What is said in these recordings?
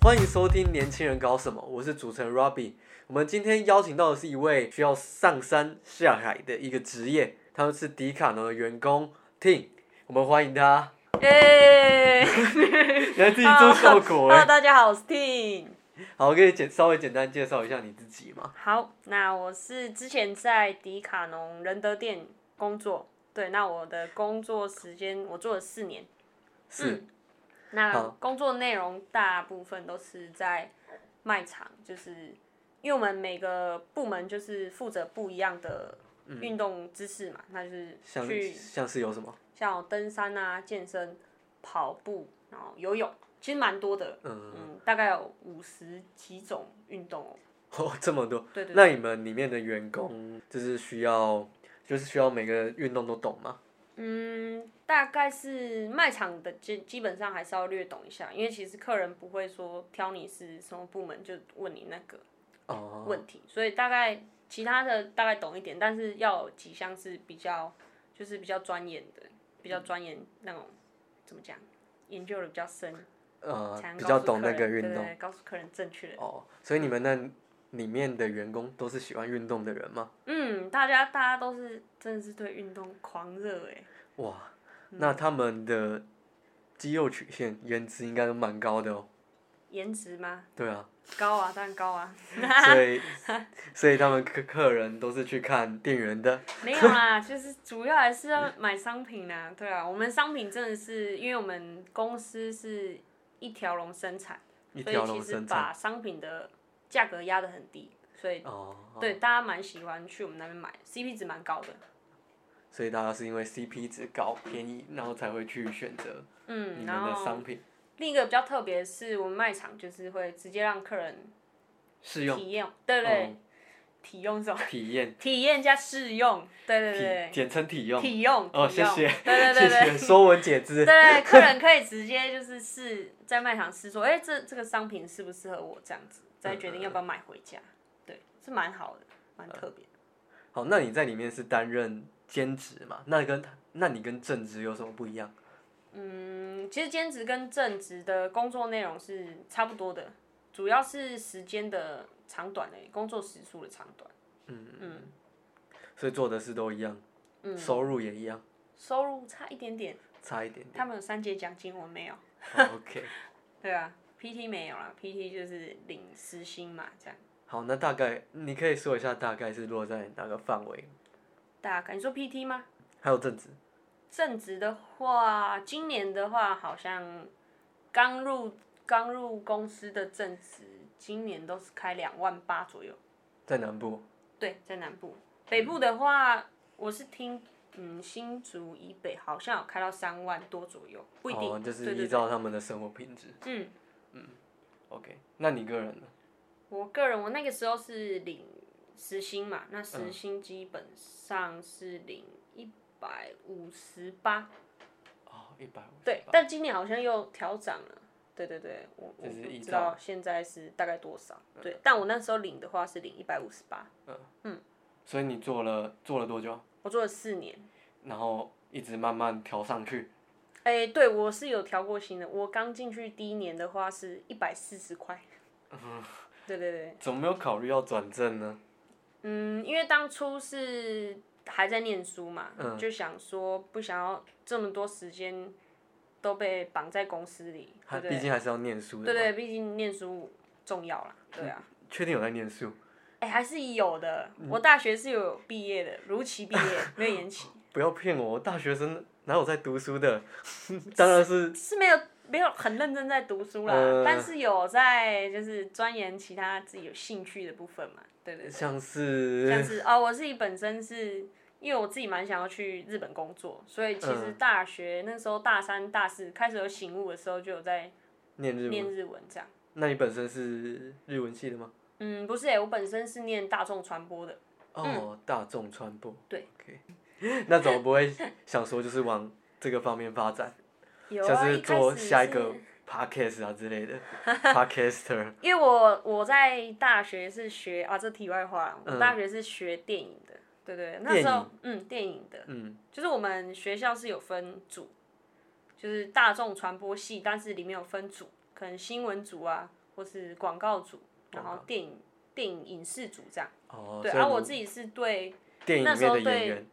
欢迎收听《年轻人搞什么》，我是主持人 Robbie。我们今天邀请到的是一位需要上山下海的一个职业，他们是迪卡侬的员工 Ting。我们欢迎他， 耶！你还自己做效果哎、 Hello，大家好，我是 Ting。 好，可以简稍微简单介绍一下你自己吗？好，那我是之前在迪卡侬仁德店工作，对，那我的工作时间我做了四年，是，那好工作内容大部分都是在卖场，就是因为我们每个部门就是负责不一样的嗯运动姿势嘛，那就是像去像是有什么？像登山啊、健身、跑步，然后游泳，其实蛮多的，嗯嗯，大概有五十几种运动哦。 哦，这么多。对对那你们里面的员工就是需要，就是需要每个运动都懂吗？嗯，大概是卖场的基基本上还是要略懂一下，因为其实客人不会说挑你是什么部门就问你那个哦，问题，所以大概其他的大概懂一点，但是要有几项是比较就是比较钻研的，比较钻研那种怎么讲，研究的比较深，呃才能，比告较诉懂客那个人运对对动对告诉客人正确的哦。所以你们那里面的员工都是喜欢运动的人吗？嗯，大家大家都是真的是对运动狂热哎、哇，嗯那他们的肌肉曲线颜值应该都蛮高的哦。颜值吗？对 啊，高啊，当然 高啊，所以所以他们客客人都是去看店员的。没有啦，就是主要还是要买商品啦，对啊，我们商品真的是因为我们公司是一条龙生产，一所条以其龙实生产把商品的价格压得很低，所以哦，对大家蛮喜欢去我们那边买，CP 值蛮高的，所以大家是因为 CP 值高、便宜，然后才会去选择你嗯，们然的后商品另一个比较特别的是我们卖场就是会直接让客人试用，体验，对不对？嗯体用是吧？体验，体验加试用，对对对体，简称体用。体用哦，体谢用谢，对对对谢对谢， 说文解字对，对，客人可以直接就是试在卖场试说，哎、这这个商品适不适合我这样子，再决定要不要买回家，对，是蛮好的，蛮特别。好，那你在里面是担任兼职嘛？那跟那你跟正职有什么不一样？嗯，其实兼职跟正职的工作内容是差不多的，主要是时间的长短诶，工作时数的长短，所以做的事都一样，嗯收入也一样，收入差一点点，差一点他们有三节奖金，我没有，点。好 OK，对啊，PT 没有啦，PT 就是领时薪嘛，这样。好，那大概你可以说一下大概是落在哪个范围？大概你说 PT 吗？还有正职，正职的话，今年的话好像刚入刚入公司的正职，今年都是开两万八左右。在南部对，在南部，北部的话，我是听嗯新竹以北好像有开到三万多左右，不一定，哦，就是对依对照他们的生活品质。嗯， OK，那你个人呢？我个人我那个时候是领时薪嘛，那时薪基本上是领一百五十八，哦，一百五。对，但今年好像又调涨了。对对对，我我就是不依嗯知道现在是大概多少。对，但我那时候领的话是领一百五十八，所以你做了做了多久？我做了四年。然后一直慢慢调上去。哎，对我是有调过薪的。我刚进去第一年的话是一百四十块。嗯对对对，怎么没有考虑要转正呢？嗯，因为当初是还在念书嘛，嗯就想说不想要这么多时间都被绑在公司里，还对不毕对？竟还是要念书的对嘛。对，毕竟念书重要啦，对啊。确定有在念书？哎、还是有的。嗯我大学是有毕业的，如期毕业，没有延期，不要骗我，我大学生哪有在读书的？ 当然是是没有没有很认真在读书啦，呃但是有在就是钻研其他自己有兴趣的部分嘛，对对像对，是像是哦，我自己本身是因为我自己蛮想要去日本工作，所以其嗯实大学、那时候大三大四开始有醒悟的时候，就有在念日文。念日文这样。那你本身是日文系的吗？嗯，不是哎、我本身是念大众传播的，哦，大众传播。嗯对。 OK，那怎么不会想说就是往这个方面发展，有像啊，是一开做始下一是个 podcast 啊之类 的 podcaster？因为我我在大学是学啊，这题外话啦，我嗯大学是学电影的，对对，那时候嗯电影的，嗯，就是我们学校是有分组，就是大众传播系，但是里面有分组，可能新闻组啊，或或是广告组，然后电影电影影视组这样。哦，对，啊所以而我你自己是对电影那里时面候的演对员，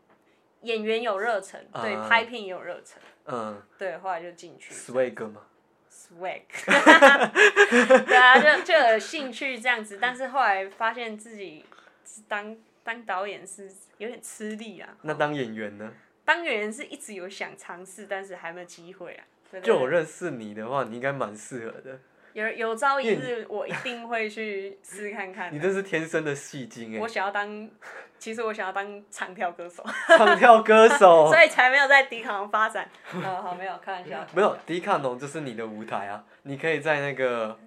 演员有热忱，对啊拍片也有热忱，嗯对，后来就进去。 ，swag 嘛， swag，对啊，就就有兴趣这样子，但是后来发现自己当当导演是有点吃力啊。那当演员呢？当演员是一直有想尝试，但是还没有机会啊。对对就我认识你的话，你应该蛮适合的，有有朝一日我一定会去试看 啊看你的。这是天生的戏精哎、我想要当，其实我想要当唱跳歌手， 唱跳歌手。所以才没有在迪卡侬发展。哦，好，没有开玩笑。没有，迪卡侬就是你的舞台啊！你可以在那个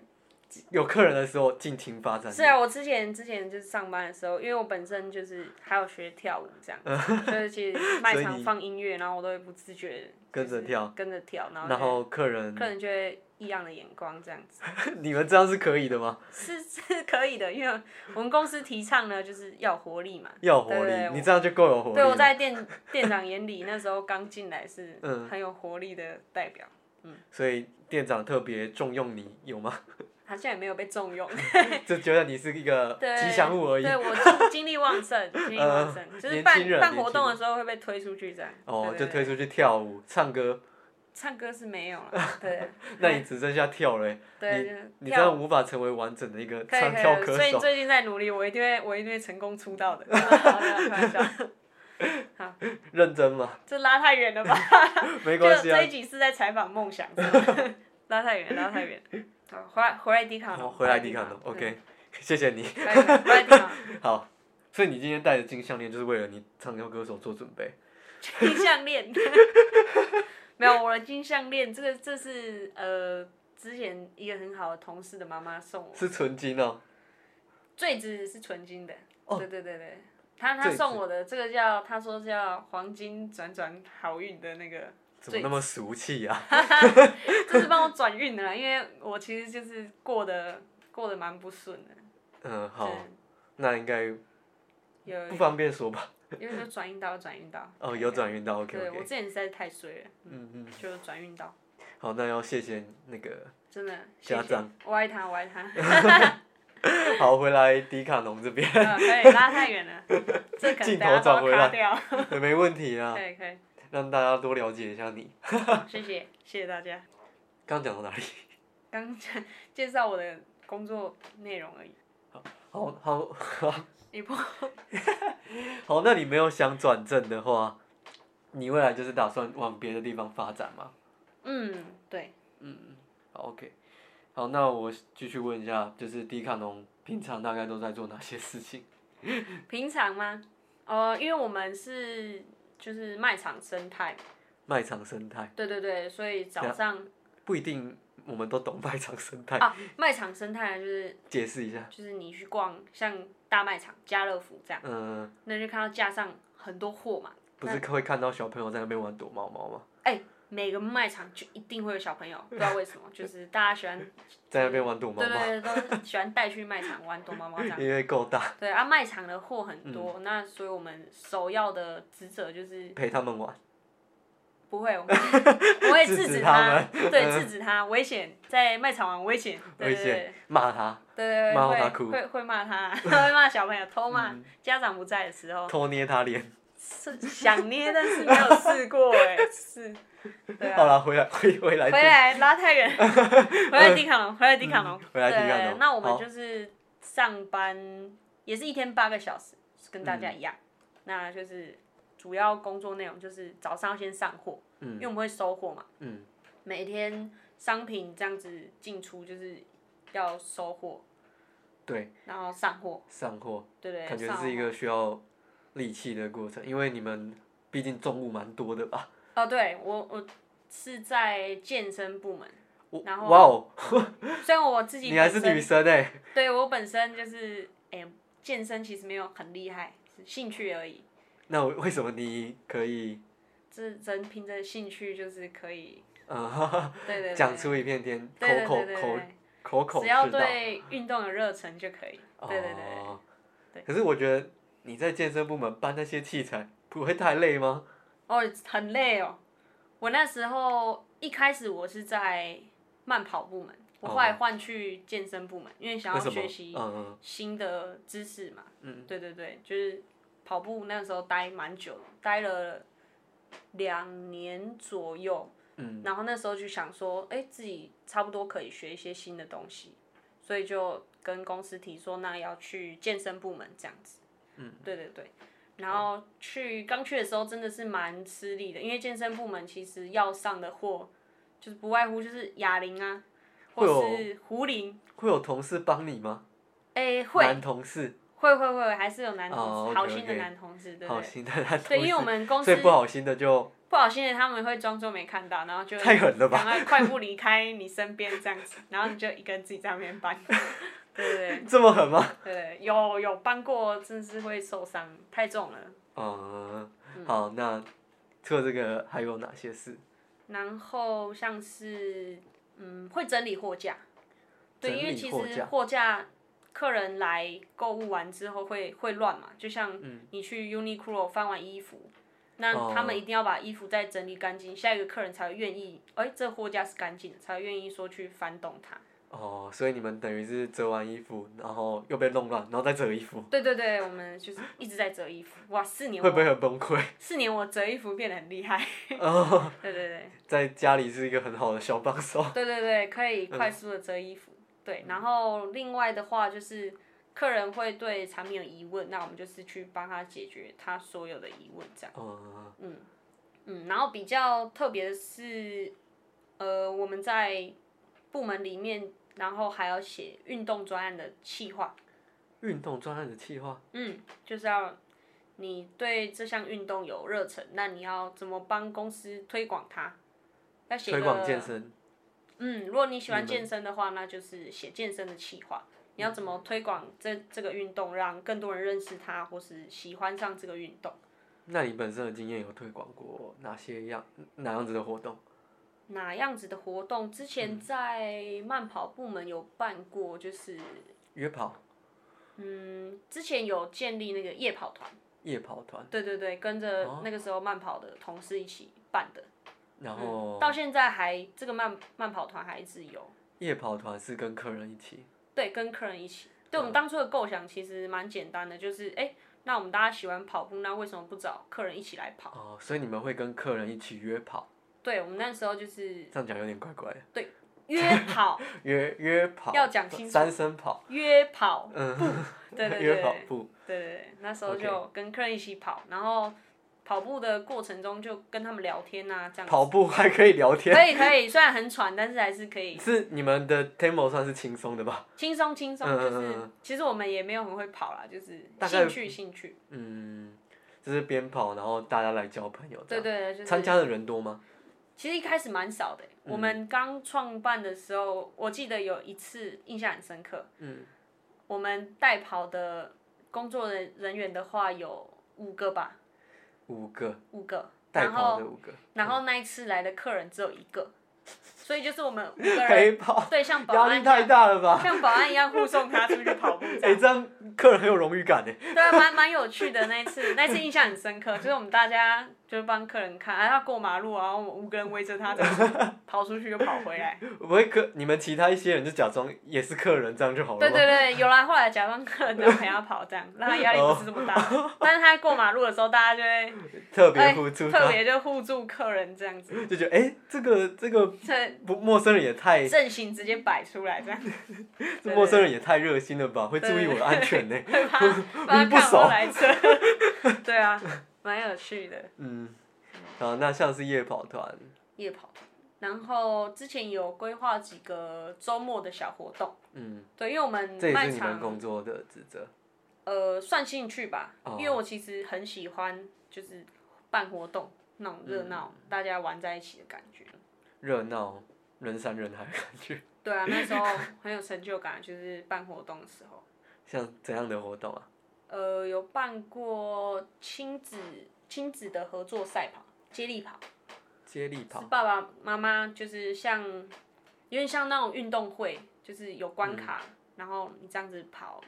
有客人的时候尽情发展。是啊，我之前之前就是上班的时候，因为我本身就是还有学跳舞这样， 所以其实卖所以场你放音乐，然后我都会不自觉地跟着跳，跟着跳，啊然后然后客就人， 客人就会异样的眼光这样子，你们这样是可以的 吗？是是可以的，因为我们公司提倡呢就是要有活力嘛，要有活对对力，对你这样就够有活力对，我了。在店店长眼里那时候刚进来是嗯很有活力的代表，所以店长特别重用你，有 吗？他现在也没有被重用，就觉得你是一个对，吉祥物而已。呃对我精精力旺盛，精力旺盛，就是年办轻人办年活轻动的时候会被推出去这样，哦，对就对推出去跳舞、唱歌，唱歌是没有 了，对那你只剩下跳了欸。对，就是你这跳样无法成为完整的一个可以唱可跳以，歌所以你手。最近在努力，我一定会我一定会成功出道 的。好没有开玩笑认真 吗？这拉太远了吧？没关就系啊这一。集是在采访梦想，是吗 拉太远，拉太远。好，回来回来迪卡好，侬，哦回来迪卡侬，OK，谢谢你。回来迪卡侬回来迪卡侬。 好，所以你今天戴着金项链，就是为了你唱跳歌手做准备。金项链， 没有我的金项链，这个这是呃之前一个很好的同事的妈妈送我，是纯金哦，坠子是纯金的，哦对对对对，他他坠子送我的这个叫他说叫黄金转转好运的那个。 怎么那么俗气啊？就是帮我转运的啦，因为我其实就是过得过得蛮不顺的。嗯，对好，那应该有不方便说吧。因为就转运到转运到。哦，有转运到对，OK 我 OK。之前实在是太衰了，嗯嗯，就转运到，好，那要谢谢那个。真的。谢家谢，我爱他，我爱他。好，回来迪卡侬这 边，嗯可以拉太 远了，这可能镜头大家转都回要来卡掉。没问题啊，可以可以，让大家多了解一下你。好谢谢谢谢大家。刚讲到哪里？刚介绍我的工作内容而已，好好你不好，那你没有想转正的话，你未来就是打算往别的地方发展吗？嗯对，好，OK。好，那我继续问一下，就是迪卡侬平常大概都在做哪些事情？平常吗？哦，因为我们是就是卖场生态，卖场生态对对对，所以早上不一定我们都懂卖场生态，啊，卖场生态就是解释一下。就是你去逛像大卖场、家乐福这样，嗯，那就看到架上很多货嘛。不是会看到小朋友在那边玩躲猫猫吗？哎、每个卖场就一定会有小 朋友，不知道为什么，就是大家喜欢，在那边 玩躲猫对猫，对对，都喜欢带去卖场玩躲猫猫这样。因为够大，对啊，卖场的货很多，嗯那所以我们首要的职责就是陪他们玩。不会，我们我会 制制止止他他们，嗯对，制止他危险，在卖场玩危险，对危对对险，骂他，对对骂他对，哭嗯会会会骂他，会骂小朋友偷骂，家长不在的时候。偷捏他脸。是想捏，但是没有试过哎、是，对好啊。了，回来回回来回地，来拉 太远，回来迪卡侬，回来迪卡侬，嗯回来迪卡侬对，那我们好就是上班也是一天八个小时，跟大家嗯一样。那就是主要工作内容就是早上要先上货，因为我们会收货嘛，嗯，每天商品这样子进出就是要收货，对，然后上货，上货，对不对？感觉上是一个需要力气的过程，因为你们毕竟重物蛮多的吧。哦，对我我是在健身部门， 我然后哇哦，虽然我自己你还是本身女生哎、对我本身就是，哎、健身其实没有很厉害，是兴趣而已。那我为什么你可以这人凭着兴趣就是可以，嗯哈哈对对对，讲出一片天，口对对口对对口对口口只要是道？对运动有热忱就可以。对对对，哦对可是我觉得你在健身部门搬那些器材，不会太累吗？哦，很累哦。我那时候一开始我是在慢跑部门，我后来换去健身部门，因为想为要什么学习嗯新的知识嘛。嗯，对对对，就是跑步那时候待蛮久的，待了两年左右。嗯，然后那时候就想说，哎、自己差不多可以学一些新的东西，所以就跟公司提说，那要去健身部门这样子。嗯，对对对。然后去刚去的时候真的是蛮吃力的，因为健身部门其实要上的货就是不外乎就是哑铃啊，会或有是壶铃，嗯，会有同事帮你吗？哎、会。男同事， 会会会，还是有男同事，哦，OK，好心 OK 的男同事，对不好对？心的男同对，因为事，我们公所司以不好心的就不好心的，他们会装作没看到，然后就太狠了吧赶快快步离开你身边这样子，然后你就一个人自己在那边搬， 对对这么狠吗？对对，有有搬过，真的是会受伤，太重了。嗯，好，那除了这个还有哪些事？然后像是嗯，会整理货架，对，整因为理其货实架货架客人来购物完之后会会乱嘛，就像你去 Uniqlo 翻完衣服，嗯哦那他们一定要把衣服再整理干净，下一个客人才会愿意，哎、这货架是干净的，才会愿意说去翻动它。哦，所以你们等于是折完衣服，然后又被弄乱，然后再折衣服，对对对，我们就是一直在折衣服，哇，四年会不我会很 崩溃？四年我折衣服变得很厉害，哦，对对对。在家里是一个很好的小帮 手。对对对，可以嗯快速的折衣服。对，然后另外的话就是客人会对产品有疑问，那我们就是去帮他解决他所有的疑问，这样。嗯，嗯，然后比较特别的是，呃，我们在部门里面，然后还要写运动专案的企划，运动专案的计划，嗯，就是要。你对这项运动有热忱，那你要怎么帮公司推广它？要写推广个健身，嗯，如果你喜欢你健身的话，那就是写健身的企划。你要嗯怎么推广这这个运动，让更多人认识它，或是喜欢上这个运动？那你本身的经验有推广过哪些样哪样子的活动？哪样子的活动？之嗯前在慢跑部门有办过，就是约跑、嗯，之前有建立那个夜跑团，夜跑团，哦对对对，跟着那个时候慢跑的同事一起办的。然后嗯、到现在还这个慢慢跑团还一直有，夜跑团是跟客人一起，嗯对，跟客人一起。对我们当初的构想其实蛮简单的，就是哎、诶那我们大家喜欢跑步，那为什么不找客人一起来跑？哦，所以你们会跟客人一起约跑，对我们那时候就是这样讲有点怪怪的，约跑、约约跑，要讲清楚三声跑，约跑步，对对约对跑步，对对对，那时候就跟客人一起跑，然后跑步的过程中就跟他们聊天啊，这样跑步还可以聊天，可以可以，虽然很喘，但是还是可以是你们的 tempo 算是轻松的吧？轻松轻松，嗯嗯就是嗯其实我们也没有很会跑啦，就是大概兴趣兴趣，嗯，就是边跑然后大家来交朋友这对样。对对，就是参加的人多吗？其实一开始蛮少的欸、我们刚创办的时候，我记得有一次印象很深刻。嗯，我们代跑的工作人人员的话有五个吧，五个五个。带然后，跑的五个，然后那一次来的客人只有一个，所以就是我们五个人陪跑， 对像保哎压安力一样太大了吧？像保安一样护送他出去跑步 这哎、样。这样客人很有荣誉感哎。对啊，蛮蛮有趣的那一次，那一次印象很深刻，就是我们大家就是帮客人看，啊，他过马路啊，然后我们五个人围 着他，这样子跑出去又跑回来。不会客，你们其他一些人就假装也是客人，这样就好了。对对，对，有啦，后来假装客人在陪他 跑，这样让他压力不是这么大。 但是他过马路的时候，大家就会哦特别哎互助特他，别就护住客人这样子，就觉得哎、这个这个这不陌生人也太阵型直接摆出来这样，这陌生人也太热心了吧，会注意我的安全呢。会怕你 怕不看熟我来车。对啊，蛮有趣的嗯，啊，那像是夜跑团，夜跑。然后之前有规划几个周末的小活动，嗯，对，因为我们这也卖是你们场工作的职责。呃算兴趣吧，哦因为我其实很喜欢就是办活动那种嗯热闹，大家玩在一起的感觉。热闹、人山人海的感觉。对啊，那时候很有成就感，就是办活动的时候，像怎样的活动啊？呃，有办过亲子亲子的合作赛跑、接力跑，接力跑是爸爸妈妈就是像有点像那种运动会，就是有嗯关卡，然后你这样子跑，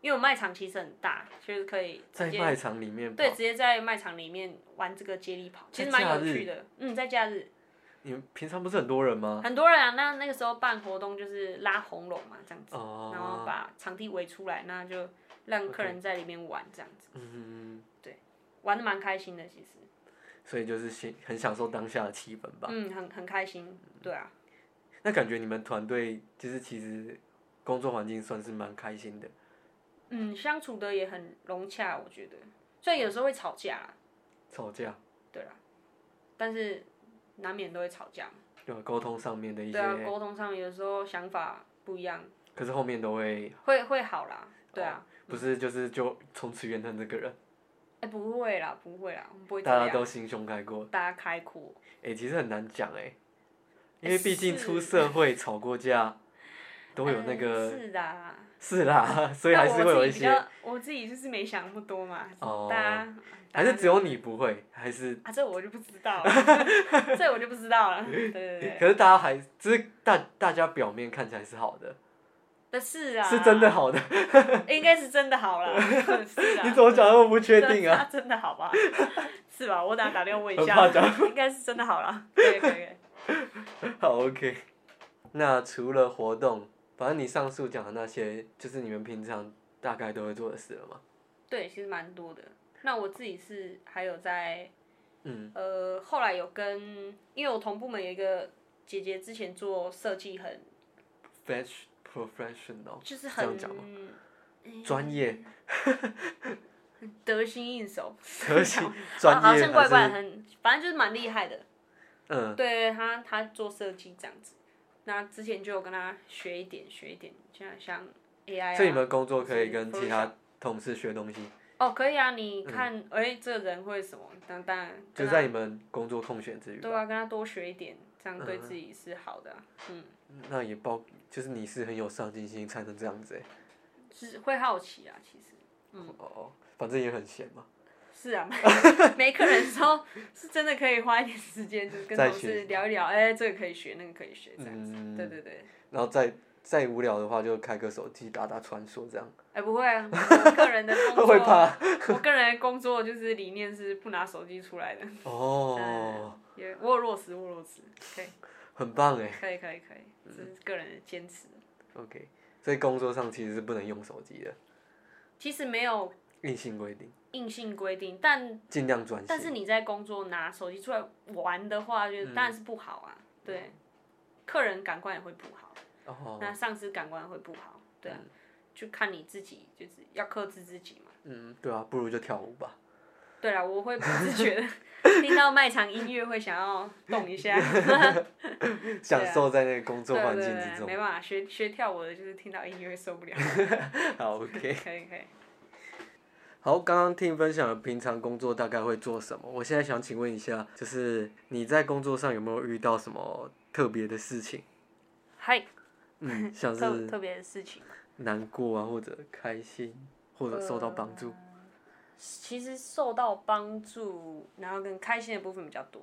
因为我卖场其实很大，就是可以在直接卖场里面跑对，直接在卖场里面玩这个接力跑，其实蛮有趣的。嗯，在假日，你们平常不是很多人吗？很多人啊，那那个时候办活动就是拉红龙嘛，这样子，哦然后把场地围出来，那就让客人在里面玩这样子，嗯，玩的蛮开心的，其实，所以就是享很享受当下的气氛吧。嗯，很很开心，对啊，那感觉你们团队就是其实工作环境算是蛮开心的，嗯，相处的也很融洽，我觉得，虽然有时候会吵架啦，吵架对啦，但是难免都会吵架嘛，对吧？沟通上面的一对啊，些，沟通上有时候想法不一样，可是后面都会会会好啦，对啊，不是就是就从此怨恨这个人，哎、不会啦，不会啦，我们不会这大家样，都心胸开阔。大家开阔，哎、其实很难讲哎、因哎为毕竟是出社会吵过架，都会有那嗯个、是的。是啦，所以还但是我会有一自己比些，较，我自己就是没想那么多嘛，哦大家还是只嗯有你不会，还是啊，这我就不知道了， 这我就不知道了，对对对，可是大家还只是大大家表面看起来是好的，但是啊，是真的，好的，应该是真的好啦， 是啊，你怎么讲那么不确定啊？啊？真的好 吧？是吧？我等下打电话问一很下怕， 应该是真的 好啦，可以可以可以，好，OK。那除了活动，反正你上述讲的那些，就是你们平常大概都会做的事了嘛？对，其实蛮多的。那我自己是还有在，嗯，呃，后来有跟，因为我同部门有一个姐姐，之前做设计很， ，fresh professional，就是哦这很样讲吗专业、得心应手， 科技、专好业像怪还怪的，是很，反正就是蛮厉害的。嗯，对他，他做设计这样子，那之前就有跟他学一点，学一点，像像 AI 啊。所以你们工作可以是跟其他同事学东西，哦，可以啊，你看，哎、这个人会什么？当当然，嗯就在你们工作空闲之余，对啊，跟他多学一点，这样嗯对自己是好的啊、嗯，那也包就是你是很有上进心才能这样子欸、是会好奇啊，其实哦，反正也很闲嘛，是 啊，没客人的时候是真的可以花一点时间，就是跟再同学事聊一聊，哎、这个可以学，那个可以学，这样子。嗯对对对。然后再再无聊的话就开个手机打打传说这样， 哎、不会啊，我个人的工作，会怕我个人的工作就是理念是不拿手机出来的。哦， 嗯，也我有落实，我有落实，可以，很棒哎可以，可以，可以，这是个人的坚持。 ，OK，所以工作上其实是不能用手机的，其实没有硬性规定，硬性规定，但尽量专但心。是你在工作拿手机出来玩的话，嗯就当然是不好啊。对，客人感官也会不好，哦，那上司感官也会不好，对啊，就看你自己，就是要克制自己嘛。嗯，对啊，不如就跳舞吧。对啦，我会不自觉 的听到卖场音乐会想要动一下。享受在那个工作啊对环对境对，之中。没办法，学学跳舞的就是听到音乐会受 不了。好，OK。可以可以，好，刚刚听你分享了平常工作大概会做什么，我现在想请问一下，就是你在工作上有没有遇到什么特别的事情？嗨， 嗯，像特是特别的事情，难过啊，或者开心，或者受到帮助。呃其实受到帮助，然后跟开心的部分比较多。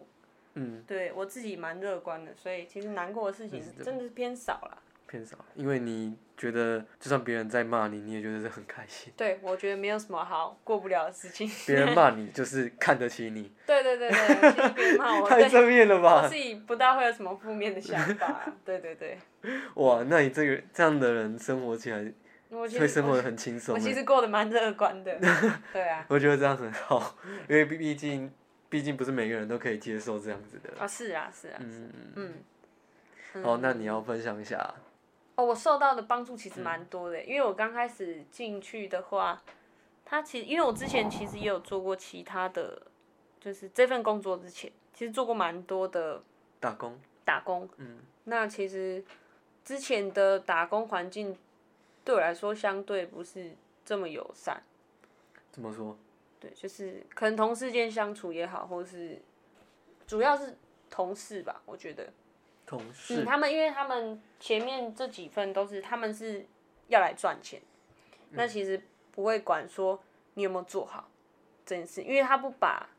嗯，对我自己蛮乐观的，所以其实难过的事情真的是偏少了。偏少，因为你觉得就算别人在骂你，你也觉得是很开心。对，我觉得没有什么好过不了的事情。 别人骂你就是看得起你，对对对对，其实别骂 我，太对正面了我吧？自己不大会有什么负面的想法。啊对对对，哇，那你这个这样的人生活起来我其会实生活我的很轻松我欸其实过得蛮乐 观的。对啊。我觉得这样很好，因为毕毕竟毕竟不是每个人都可以接受这样子的。啊，是啊，是啊，嗯，嗯，好，那你要分享一下，哦，我受到的帮助嗯其实蛮多的，因为我刚开始进去的话，他其实因为我之前其实也有做过其他的，就是这份工作之前，其实做过蛮多的打工打工，嗯，那其实之前的打工环境对我来说相对不是这么友善，怎么说？对，就是可能同事间相处也好，或是主要是同事吧，我觉得。同事，嗯，他们因为他们前面这几份都是他们是要来赚钱，嗯那其实不会管说你有没有做好这件事，因为他不把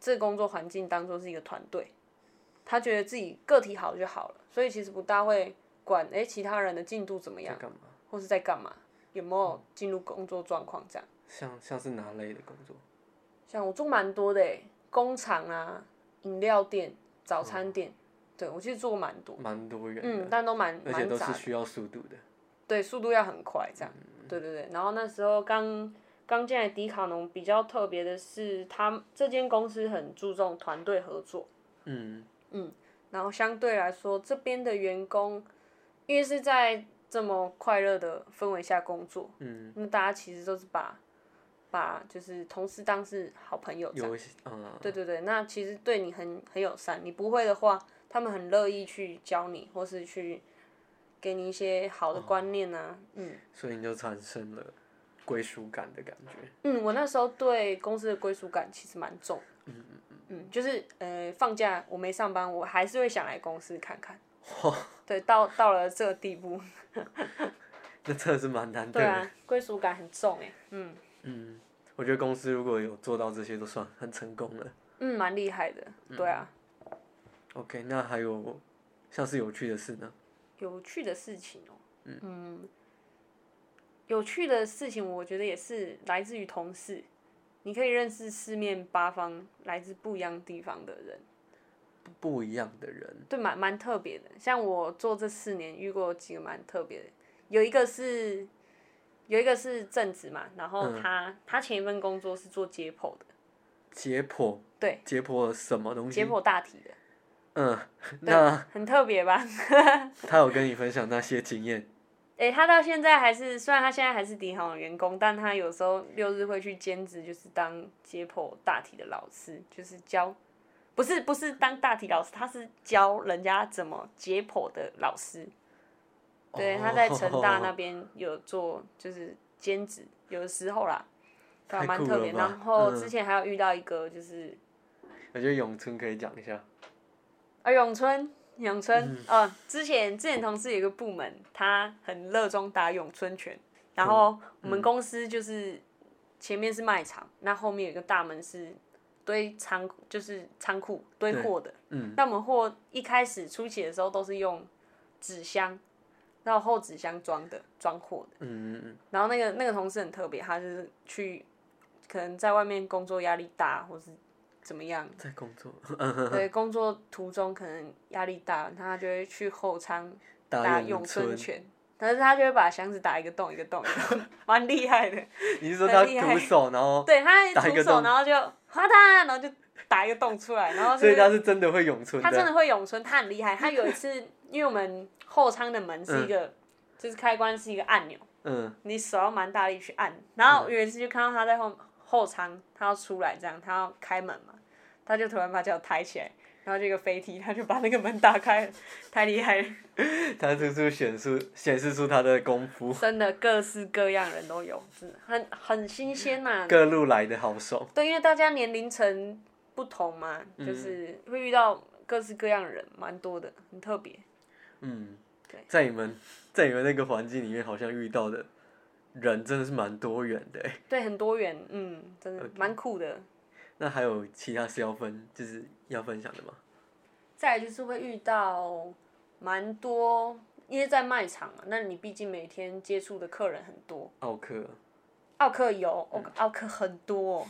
这工作环境当做是一个团队，他觉得自己个体好就好了，所以其实不大会管诶其他人的进度怎么样在，干嘛？或是在干嘛，有没有进入工作状况这样。像像是哪类的工作？像我做蛮多的诶、工厂啊、饮料店、早餐店，对我其实做过蛮多，蛮多人，嗯，但都蛮而且蛮都杂是需要速度的。对，速度要很快，这样。对对对，然后那时候刚刚进来迪卡侬比较特别的是，他这间公司很注重团队合作，嗯，然后相对来说这边的员工，因为是在这么快乐的氛围下工作，嗯，那大家其实都是把把就是同事当是好朋友这样。有一些，嗯，对对对，那其实对你很很友善，你不会的话，他们很乐意去教你，或是去给你一些好的观念啊，嗯。所以你就产生了归属感的感觉。嗯，我那时候对公司的归属感其实蛮重。嗯嗯嗯，就是呃，放假我没上班，我还是会想来公司看看。对，到到了这个地步，那真的是蛮难对得。啊，归属感很重哎，嗯嗯，我觉得公司如果有做到这些，都算很成功了。嗯，蛮厉害的，对啊， OK，那还有像是有趣的事呢？有趣的事情哦、嗯有趣的事情，我觉得也是来自于同事，你可以认识四面八方来自不一样地方的人。不不一样的人，对，蛮蛮特别的。像我做这四年遇过几个蛮特别的，有一个是有一个是正职嘛，然后他、他前一份工作是做解剖的，解剖，对，解剖了什么东西？解剖大体的，嗯，那很特别吧？他有跟你分享那些经验， 诶、他到现在还是，虽然他现在还是迪航的员工，但他有时候六日会去兼职，就是当解剖大体的老师，就是教，不是不是当大体老师，他是教人家怎么解剖的老师。对，他在成大那哦边有做就是兼职，有的时候啦，对啊，太蛮酷特了别。吧然后嗯之前还有遇到一个就是我觉得咏春可以讲一下。啊，咏春，咏春，嗯、之前之前同事有一个部门，他很热衷打咏春拳，然嗯后我们公司就是前面是卖场，那后面有一个大门是堆仓，就是仓库堆货的，嗯，那我们货一开始初期的时候都是用纸箱，然后后纸箱装的装货的，嗯嗯然后那个那个同事很特别，他就是去可能在外面工作压力大，或是怎么样。嗯，在工作 对，工作途中可能压力大，他就会去后仓打打咏咏春春，拳，但是他就会把箱子打一个洞一个洞，一 个洞蛮厉害的。你是说很他厉害徒手，然后对，他哦打一徒个手，洞然后就哗嗒，然后就打一个洞出来，然后所以是他是真的会咏春他真的，的会咏春，他很厉害。他有一次，因为我们后仓的门是一个，就是开关是一个按钮。嗯，你手要蛮大力去按。然后我有一次就看到他在后后舱，他要出来这样，他要开门嘛，他就突然把脚抬起来，然后这个飞踢，他就把那个门打开了，太厉害了，他处处显出显示出他的功夫，真的各式各样人都有，真的很很新鲜呐、各路来的好手，对，因为大家年龄层不同嘛，就是会遇到各式各样的人，蛮多的，很特别。嗯，在你们在你们那个环境里面，好像遇到的人真的是蛮多元的 欸。对，很多元，嗯，真的蛮酷的。那还有其他是要分，就是要分享的吗？再来就是会遇到蛮多，因为在卖场嘛，那你毕竟每天接触的客人很多。奥克，奥克有，奥嗯奥克很多哦、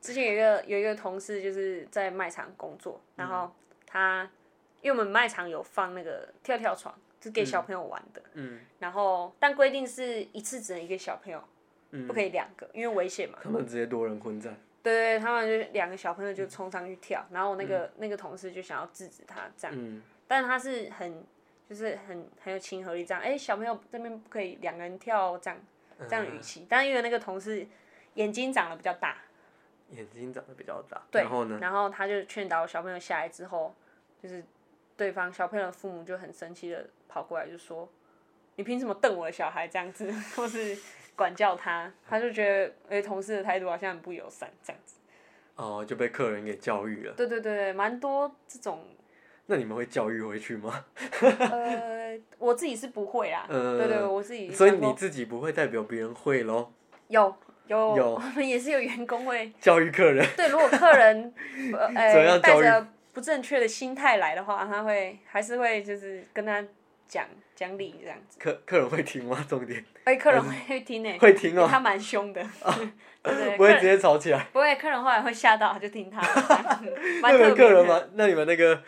之前有一个有一个同事就是在卖场工作，然后他因为我们卖场有放那个跳跳床，是给小朋友玩的，嗯然后但规定是一次只能一个小朋友，不嗯，可以两个，因为危险嘛。他们直接多人混战，对对对，他们就两个小朋友嗯就冲上去跳，然后我那个、那个同事就想要制止他这样。嗯，但他是很就是很很有亲和力，这样，哎、小朋友这边不可以两个人跳哦这样这样的语气，但因为那个同事眼睛长得比较大，眼睛长得比较大，对，然后呢，他就劝导小朋友下来之后，就是对方小朋友的父母就很生气的跑过来就说，你凭什么瞪我的小孩这样子， 或是管教他，他就觉得哎、诶同事的态度好像很不友善这样子，哦，就被客人给教 育了。对对对对，蛮多这 种，那你们会教育回去吗？呃，我自己是不会啦，嗯对啊对，我自己所以想说你自己不会代表别人会咯，有有，有 我们也是有员工会。教育客人。对，如果 客人呃怎样呃带教育着不正确的心态来的话，他会还是会就是跟他讲讲理这样子。客客人会听 吗？重点哎，客人会听呢、会听因为哦、啊他蛮凶 的，对对，不客会直人接吵起来。 不会，客人后来会吓到，就听他的，这样那蛮你特们客别人的。蛮，那你们那个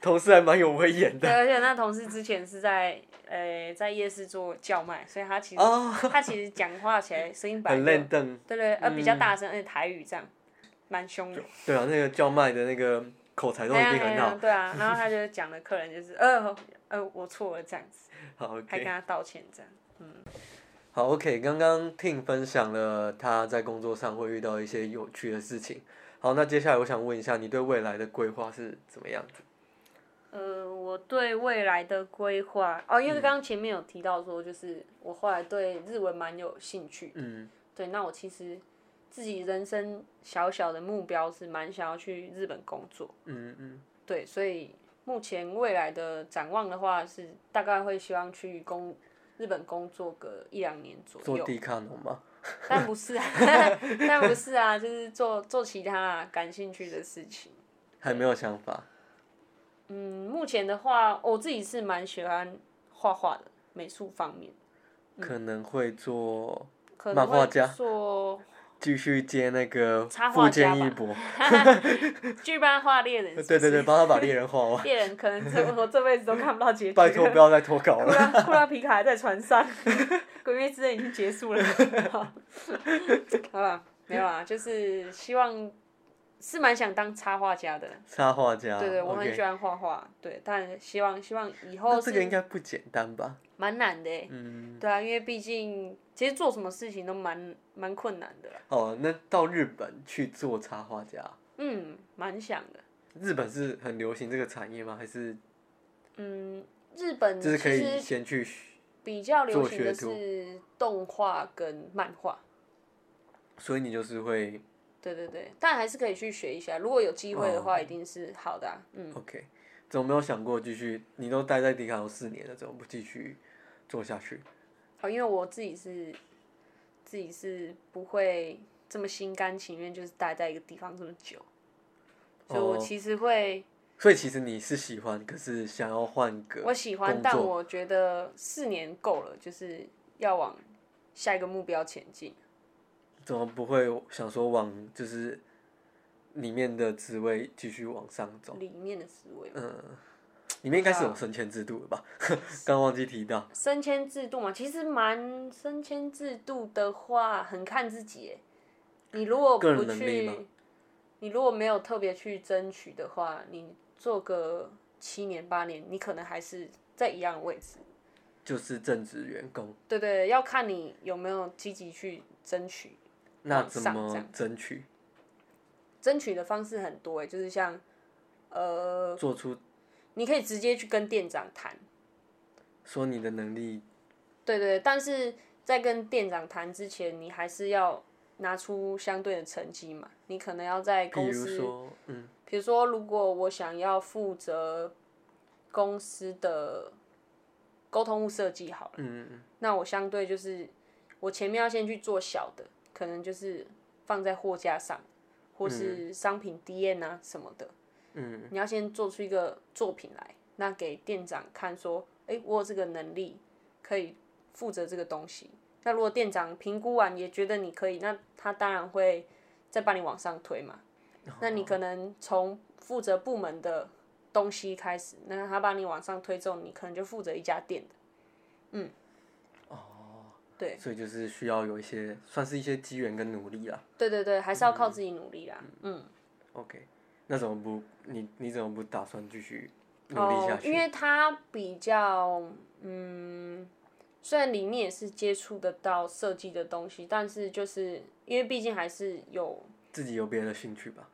同事还蛮有威 严对，的而且那同事之前是在呃在夜市做叫卖，所以他其实、哦，他其实讲话起来声音啊白很嗯热，烂瞪。对对，呃比较大声，而且台语这样，蛮凶的。对啊，那个叫卖的那个口才都一对啊定很好。对啊，然后他就讲的客人就是 呃呃我错了这样子，好还跟，OK，他道歉这样。好，OK。刚刚 Ting 分享了他在工作上会遇到一些有趣的事情。好，那接下来我想问一下，你对未来的规划是怎么样？呃，我对未来的规划哦，因为刚刚前面有提到说，就是我后来对日文蛮有兴趣。嗯，对，那我其实自己人生小小的目标是蛮想要去日本工作。嗯嗯，对，所以目前未来的展望的话是，大概会希望去工日本工作个一两年左做右，迪卡侬吗？ 但不是啊，但不是啊，就是做做其他啊感兴趣的事情。还没有想法。嗯，目前的话，我自己是蛮喜欢画画的，美术方面可能会做，嗯可漫能画会家做继续接那个插富画坚家义吧博，剧漫画猎 人是不是，对对对，帮他把猎人 画完，猎人可能这我这辈子都看不到结局。拜托不要再脱稿库 了。拉库拉皮卡还在船上， 鬼灭之刃已经结束了。 好好吧，没有啊，就是希望是蛮想当插画家的，插画家，对对，我 OK 很喜欢画画，对，但希望希望以那后这个应是该不简单吧？蛮难的欸，嗯，对啊，因为毕竟其实做什么事情都蛮蛮困难的啦，哦，那到日本去做插画家，嗯，蛮想的，日本是很流行这个产业吗？还是嗯，日本就是其可以实先去学？比较流做行的学徒是动画跟漫画。所以你就是会对对对，但还是可以去学一下。如果有机会的哦话，一定是好的啊、嗯， OK，怎么没有想过继续？你都待在迪卡侬四年了，怎么不继续做下去？好，因为我自己是自己是不会这么心甘情愿，就是待在一个地方这么久，所以我哦其实会、所以其实你是喜欢，可是想要换个我喜工欢，但作我觉得四年够了，就是要往下一个目标前进。怎么不会想说往就是里面的职位继续往上走？里面的思维，嗯，里面应该是有升迁制度的吧？ 刚忘记提到。升迁制度嘛，其实蛮升迁制度的话，很看自己耶。你如果个人不能力去吗，你如果没有特别去争取的话，你做个七年八年，你可能还是在一样的位置。就是正职员工，对对，要看你有没有积极去争取。那往怎上这么样争取？争取的方式很多耶，就是像，呃，做出你可以直接去跟店长谈，说你的能力，对对，但是在跟店长谈之前，你还是要拿出相对的成绩嘛。你可能要在比公如司，说，嗯，比如说，如果我想要负责公司的沟通物设计好了，嗯，那我相对就是我前面要先去做小的，可能就是放在货架上，或是商品 D N 啊什么的。嗯，你要先做出一个作品来，那给店长看说，哎、我有这个能力可以负责这个东西。那如果店长评估完也觉得你可以，那他当然会再把你往上推嘛。嗯那你可能从负责部门的东西开始，那他把你往上推之后，你可能就负责一家店的。哦对，所以就是需要有一些，算是一些机缘跟努力啊啦。对对对，还是要靠自己努力啦。嗯， OK，那怎么不，你你怎么不打算继续努力下哦，去？因为它比较，嗯，虽然里面也是接触得到设计的东西，但是就是因为毕竟还是有，自己有别的兴趣吧。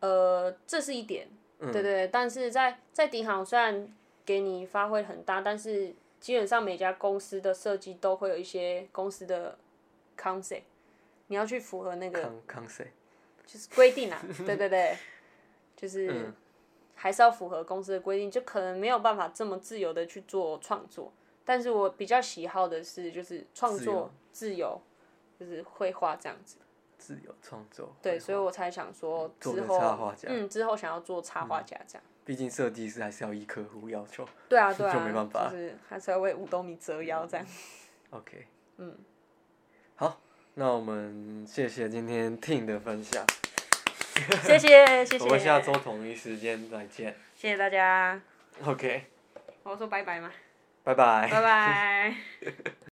呃，这是一点，嗯对对。但是在在迪行虽然给你发挥很大，但是基本上每家公司的设计都会有一些公司的 concept，你要去符合那个康康谁？就是规定啊，对对对，就是、嗯还是要符合公司的规定，就可能没有办法这么自由的去做创作。但是我比较喜好的是就是创作自由，就是绘画这样子。自由创作。对，所以我才想说做之个后插画家嗯，之后想要做插画家这样。毕竟设计师还是要依客户要求。对啊，对啊，就没办法就是还是要为五斗米折腰 这样。 OK，嗯，好，那我们谢谢今天 Ting 的分享。谢谢谢谢，我们下周同一时间再见。谢谢大家。 OK，我要说拜拜吗？拜拜。 拜拜。